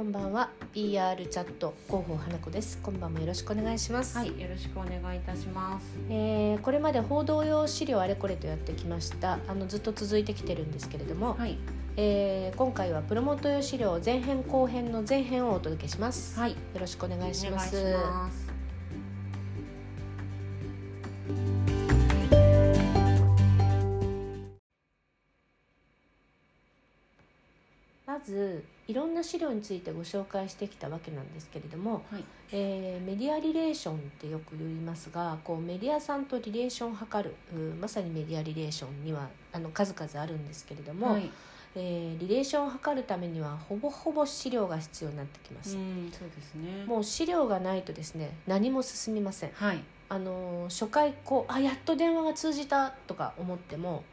んばんは PR チャット広報花子です今晩もよろしくお願いします、はい、よろしくお願いいたします。えーこれまで報道用資料あれこれとやってきましたあのずっと続いてきてるんですけれども、はい、えー今回はプロモート用資料前編後編の前編をお届けします、はい、よろしくお願いしますお願いしますまずいろんな資料についてご紹介してきたわけなんですけれども、はい、えーメディアリレーションってよく言いますがこうメディアさんとリレーションを図るうんまさにメディアリレーションにはあの数々あるんですけれども、はい、えーリレーションを図るためにはほぼほぼ資料が必要になってきまうす、ん、そうですね。もう資料がないとですね何も進みませんはい、あのー初回こうあやっと電話が通じたとか思っても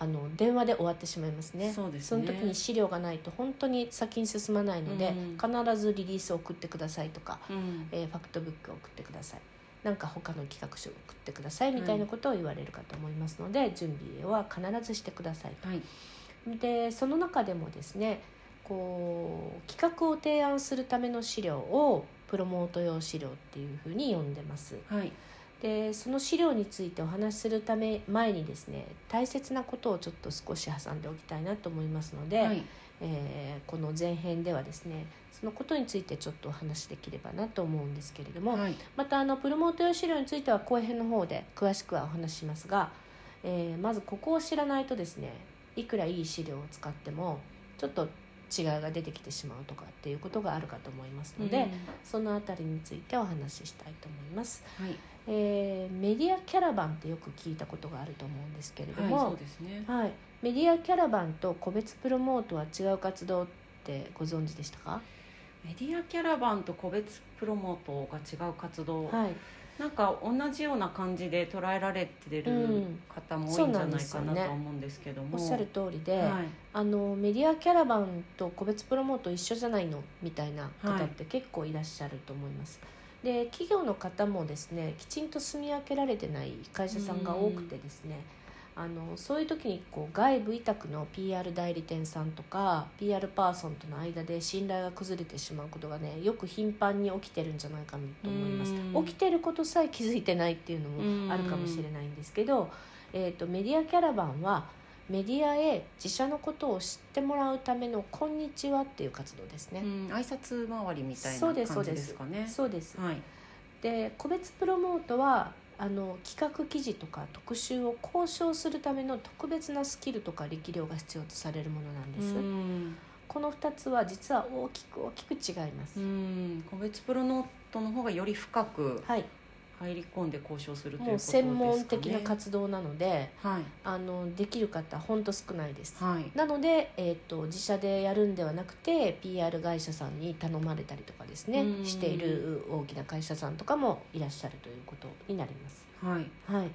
あの電話で終わってしまいますねそうですそね。の時に資料がないと本当に先に進まないので、う必ずリリースを送ってくださいとか、うん、えーファクトブックを送ってくださいなんか他の企画書を送ってくださいみたいなことを言われるかと思いますので、準備は必ずしてくださいはい、でその中でもですねこう企画を提案するための資料をプロモート用資料っていうふうに呼んでますはい、でその資料についてお話しするため前にですね大切なことをちょっと少し挟んでおきたいなと思いますので、はい、えーこの前編ではですねそのことについてちょっとお話しできればなと思うんですけれども、はい、またあのプロモート用資料については後編の方で詳しくはお話ししますが、えーまずここを知らないとですねいくらいい資料を使ってもちょっと違いが出てきてしまうとかっていうことがあるかと思いますので、うんそのあたりについてお話ししたいと思います、はい、えーメディアキャラバンってよく聞いたことがあると思うんですけれどはい、も、そうですね。はい、メディアキャラバンと個別プロモートは違う活動ってご存知でしたか、メディアキャラバンと個別プロモートが違う活動、はい、なんか同じような感じで捉えられてる方も多いんじうんそゃないかうなんですよねなと思うんですけども、おっしゃる通りで、はい、あのメディアキャラバンと個別プロモート一緒じゃないのみたいな方って結構いらっしゃると思います。で企業の方もですねきちんと住み分けられてない会社さんが多くてですねあのそういう時にこう外部委託の PR 代理店さんとか PR パーソンとの間で信頼が崩れてしまうことがねよく頻繁に起きてるんじゃないかなと思いますうん起きてることさえ気づいてないっていうのもあるかもしれないんですけど、えー、とメディアキャラバンはメディアへ自社のことを知ってもらうための「こんにちは」っていう活動ですね。うん、挨拶回りみたいそうなです感じですかね。そうですはい、で個別プロモートはあの企画記事とか特集を交渉するための特別なスキルとか力量が必要とされるものなんです。うんこの2つは実は大きく大きく違います。うん個別プロノートの方がより深くはい、入り込んで交渉するもというこうとですかね専門的な活動なのではいあのできる方ほんと少ないです。はいなので、えー、と自社でやるんではなくて PR 会社さんに頼まれたりとかですねうんしている大きな会社さんとかもいらっしゃるということになります。はいはい、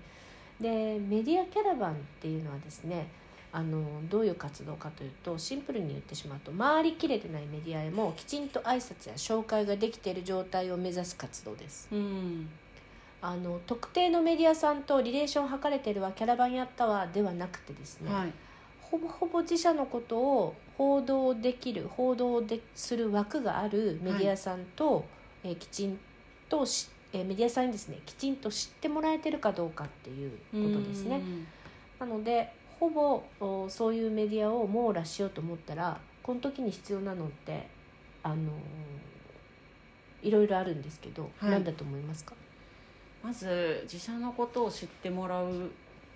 でメディアキャラバンっていうのはですねあのどういう活動かというとシンプルに言ってしまうと回りきれてないメディアへもきちんと挨拶や紹介ができている状態を目指す活動です。うんあの特定のメディアさんとリレーションを図れてるわキャラバンやったわではなくてですね、はいほぼほぼ自社のことを報道できる報道でする枠があるメディアさんと、えーきちんとし、えーメディアさんにですねきちんと知ってもらえてるかどうかっていうことですね。なのでほぼおそういうメディアを網羅しようと思ったらこの時に必要なのってあのーいろいろあるんですけど、はい何だと思いますかまず自社のことを知ってもらう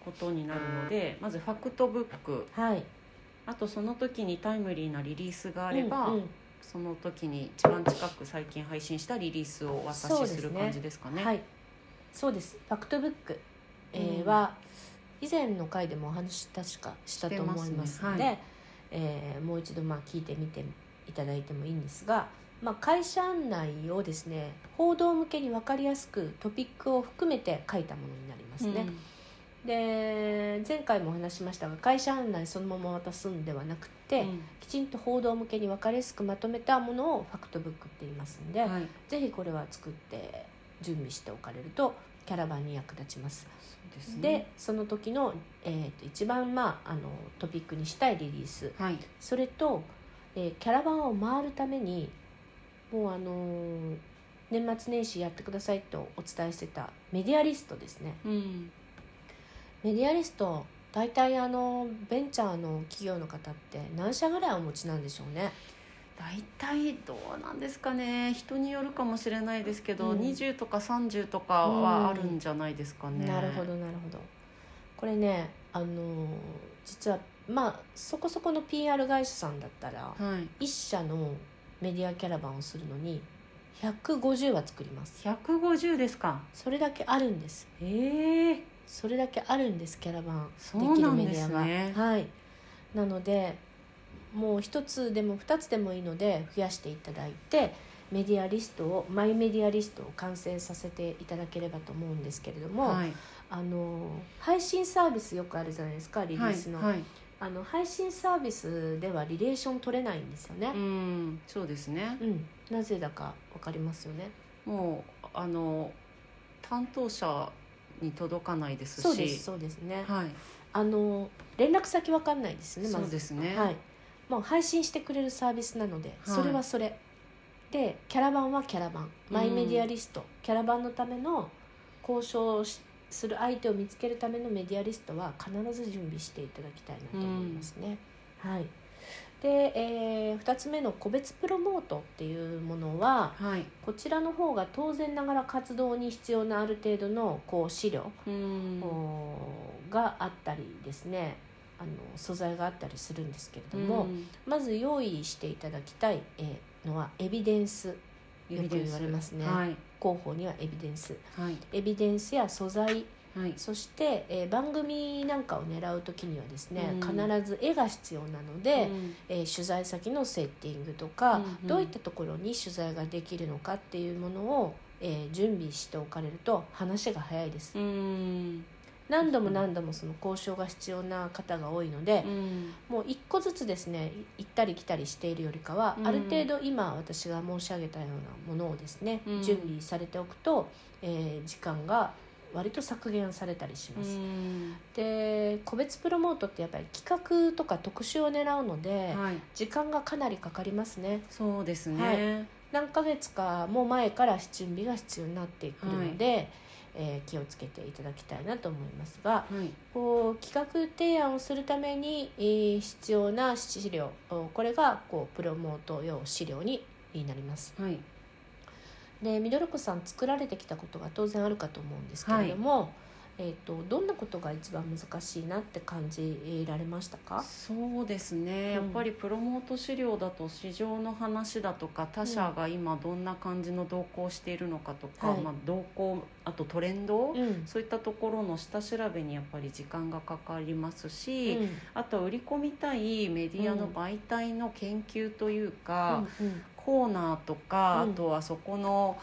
ことになるのでまずファクトブックはいあとその時にタイムリーなリリースがあれば、うんうんその時に一番近く最近配信したリリースをお渡そうしですすねる感じですかね。はい、そうです。ファクトブック、えーうんは以前の回でもお話し確かしたと思いますので、してますねはいえーもう一度まあ聞いてみていただいてもいいんですが、まあ会社案内をですね報道向けに分かりやすくトピックを含めて書いたものになりますね。で前回もお話ししましたが会社案内そのまま渡すんではなくて、うんきちんと報道向けに分かりやすくまとめたものをファクトブックって言いますんで、はい、ぜひこれは作って準備しておかれるとキャラバンに役立ちます。そうですねでその時の、えー、と一番、まあ、あのトピックにしたいリリースはいそれと、えーキャラバンを回るためにもうあのー年末年始やってくださいとお伝えしてたメディアリストですねうんメディアリスト大体あのベンチャーの企業の方って何社ぐらいお持ちなんでしょうね大体どうなんですかね人によるかもしれないですけど、うん20とか30とかはあるんじゃないですかね、なるほどなるほどこれねあのー実はまあそこそこの PR 会社さんだったらはい1社のメディアキャラバンをするのに150は作ります150ですかそれだけあるんですええそれだけあるんですキャラバンそうなんですがねはいなのでもう一つでも二つでもいいので増やしていただいてメディアリストをマイメディアリストを完成させていただければと思うんですけれども、はいあの配信サービスよくあるじゃないですかリリースの、はいはい、あの配信サービスではリレーション取れないんですよねう、んそうですねうんなぜだかわかりますよねもうあの担当者に届かないですしそうですそうですね、はい、あの連絡先わかんないですねまそうずですね、はい、もう配信してくれるサービスなので、はいそれはそれでキャラバンはキャラバンマイメディアリスト、キャラバンのための交渉をしする相手を見つけるためのメディアリストは必ず準備していただきたいなと思いますね。はい、で、え2つ目の個別プロモートっていうものははいこちらの方が当然ながら活動に必要なある程度のこう資料、うんがあったりですねあの素材があったりするんですけれども、うんまず用意していただきたいえーのはエビデンスよく言われますねはい広報にはエビデンスはいエビデンスや素材はいそして、えー番組なんかを狙う時にはですね、うん必ず絵が必要なので、うんえー取材先のセッティングとか、うんうんどういったところに取材ができるのかっていうものを、えー準備しておかれると話が早いですうん何度も何度もその交渉が必要な方が多いのでう、んもう一個ずつですねい行ったり来たりしているよりかは、うんある程度今私が申し上げたようなものをですね、うん準備されておくと、えー時間が割と削減されたりします、で個別プロモートってやっぱり企画とか特集を狙うので、はい時間がかなりかかりますねそうですね、何ヶ月かも前から準備が必要になってくるので、えー気をつけていただきたいなと思いますがはいこう企画提案をするために、えー必要な資料おこれがこうプロモート用資料になりますはいでミドルコさん作られてきたことが当然あるかと思うんですけれども、えー、とどんなことが一番難しいなって感じられましたかそうですね、うんやっぱりプロモート資料だと市場の話だとか他社が今どんな感じの動向をしているのかとか、はいまあ、動向あとトレンド、うんそういったところの下調べにやっぱり時間がかかりますうんし、うんあとは売り込みたいメディアの媒体の研究というか、うんコーナーとか、うんあとはそこの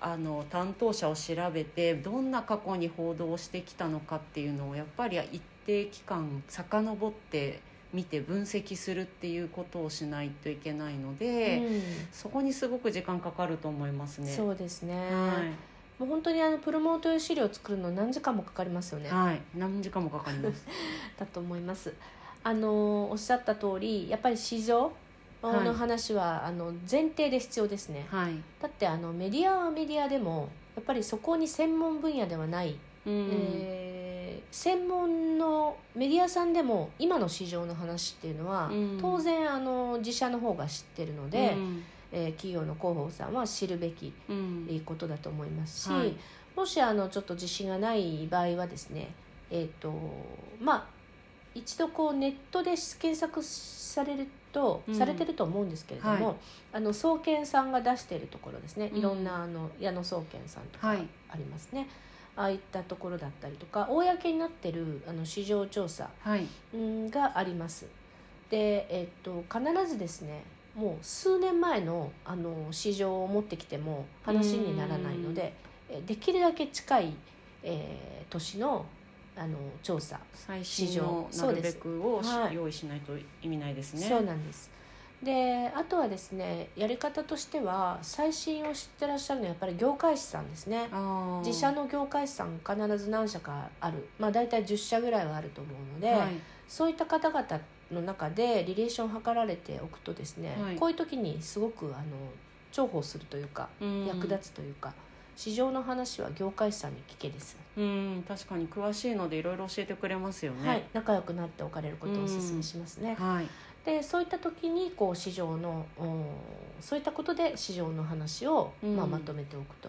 あの担当者を調べてどんな過去に報道をしてきたのかっていうのをやっぱり一定期間遡って見て分析するっていうことをしないといけないので、そこにすごく時間かかると思いますうんね。そうですね、はもう本当にあのプロモート用資料を作るの何時間もかかりますよい、ねはい、何時間もかかります。 だと思います。あのおっしゃった通りやっぱり市場はいの話は、あの前提で必要ですね。はい、だってあのメディアはメディアでもやっぱりそこに専門分野ではない、うん、えー専門のメディアさんでも今の市場の話っていうのは、うん当然あの自社の方が知ってるので、うんえー企業の広報さんは知るべきうんいいことだと思いますし、はいもしあのちょっと自信がない場合はですねえっ、とまあ一度こうネットで検索されると、うんされてると思うんですけれども、はいあの総研さんが出しているところですね、うんいろんなあの矢野総研さんとかはいありますね、ああいったところだったりとか公になってるあの市場調査はい、うんがありますで、えっと必ずですねもう数年前のあの市場を持ってきても話にならないのでえできるだけ近い、えー年のあの調査、最新の市場なるべくをしそうですはい用意しないと意味ないですね。そうなんですであとはですねやり方としては最新を知ってらっしゃるのはやっぱり業界誌さんですねあー自社の業界誌さん必ず何社かあるまあ大体10社ぐらいはあると思うので、はいそういった方々の中でリレーションを図られておくとですね、はいこういう時にすごくあの重宝するというかうん役立つというか、市場の話は業界さんに聞けです、うん確かに詳しいのでいろいろ教えてくれますよねはい、仲良くなっておかれることをお勧めしますね。はいでそういった時にこう市場の、うんそういったことで市場の話を、うんまあ、まとめておくと。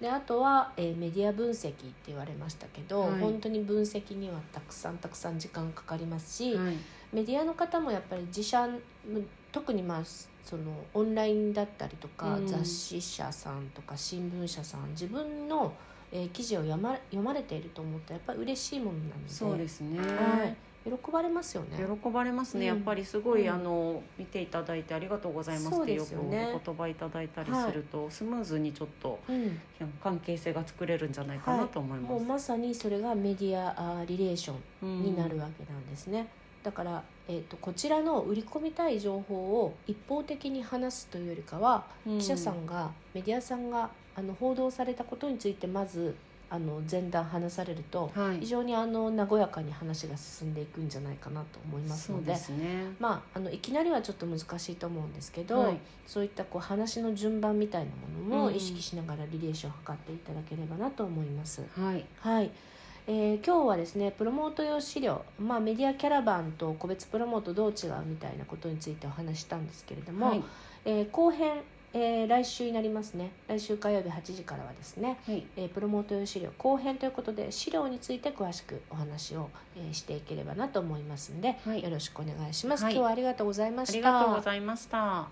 であとは、えーメディア分析って言われましたけど、はい本当に分析にはたくさんたくさん時間かかりますし、はいメディアの方もやっぱり自社む特にまあそのオンラインだったりとか、うん雑誌社さんとか新聞社さん自分の、えー記事を読ま読まれていると思ったらやっぱり嬉しいものなのでそうですね、はい、喜ばれますよね。喜ばれますね、うんやっぱりすごい、うんあの見ていただいてありがとうございますそっうてでよすくよおね言葉いただいたりすると、スムーズにちょっとうん関係性が作れるんじゃないかなと思いもまうす、まさにそれがメディアあーリレーションうんになるわけなんですね、だから、えー、とこちらの売り込みたい情報を一方的に話すというよりかは、うん記者さんがメディアさんがあの報道されたことについてまずあの前段話されると、はい非常にあの和やかに話が進んでいくんじゃないかなと思いますそのうでですねまあ、あのいきなりはちょっと難しいと思うんですけど、はいそういったこう話の順番みたいなものもうん意識しながらリレーションを図っていただければなと思います。はいはい、えー今日はですねプロモート用資料、まあ、メディアキャラバンと個別プロモートどう違うみたいなことについてお話ししたんですけれども、はいえー後編、えー来週になりますね来週火曜日8時からはですね、はいえープロモート用資料後編ということで資料について詳しくお話を、えーしていければなと思いますので、はいよろしくお願いします、はい今日はありがとうございまあしりたがとうございました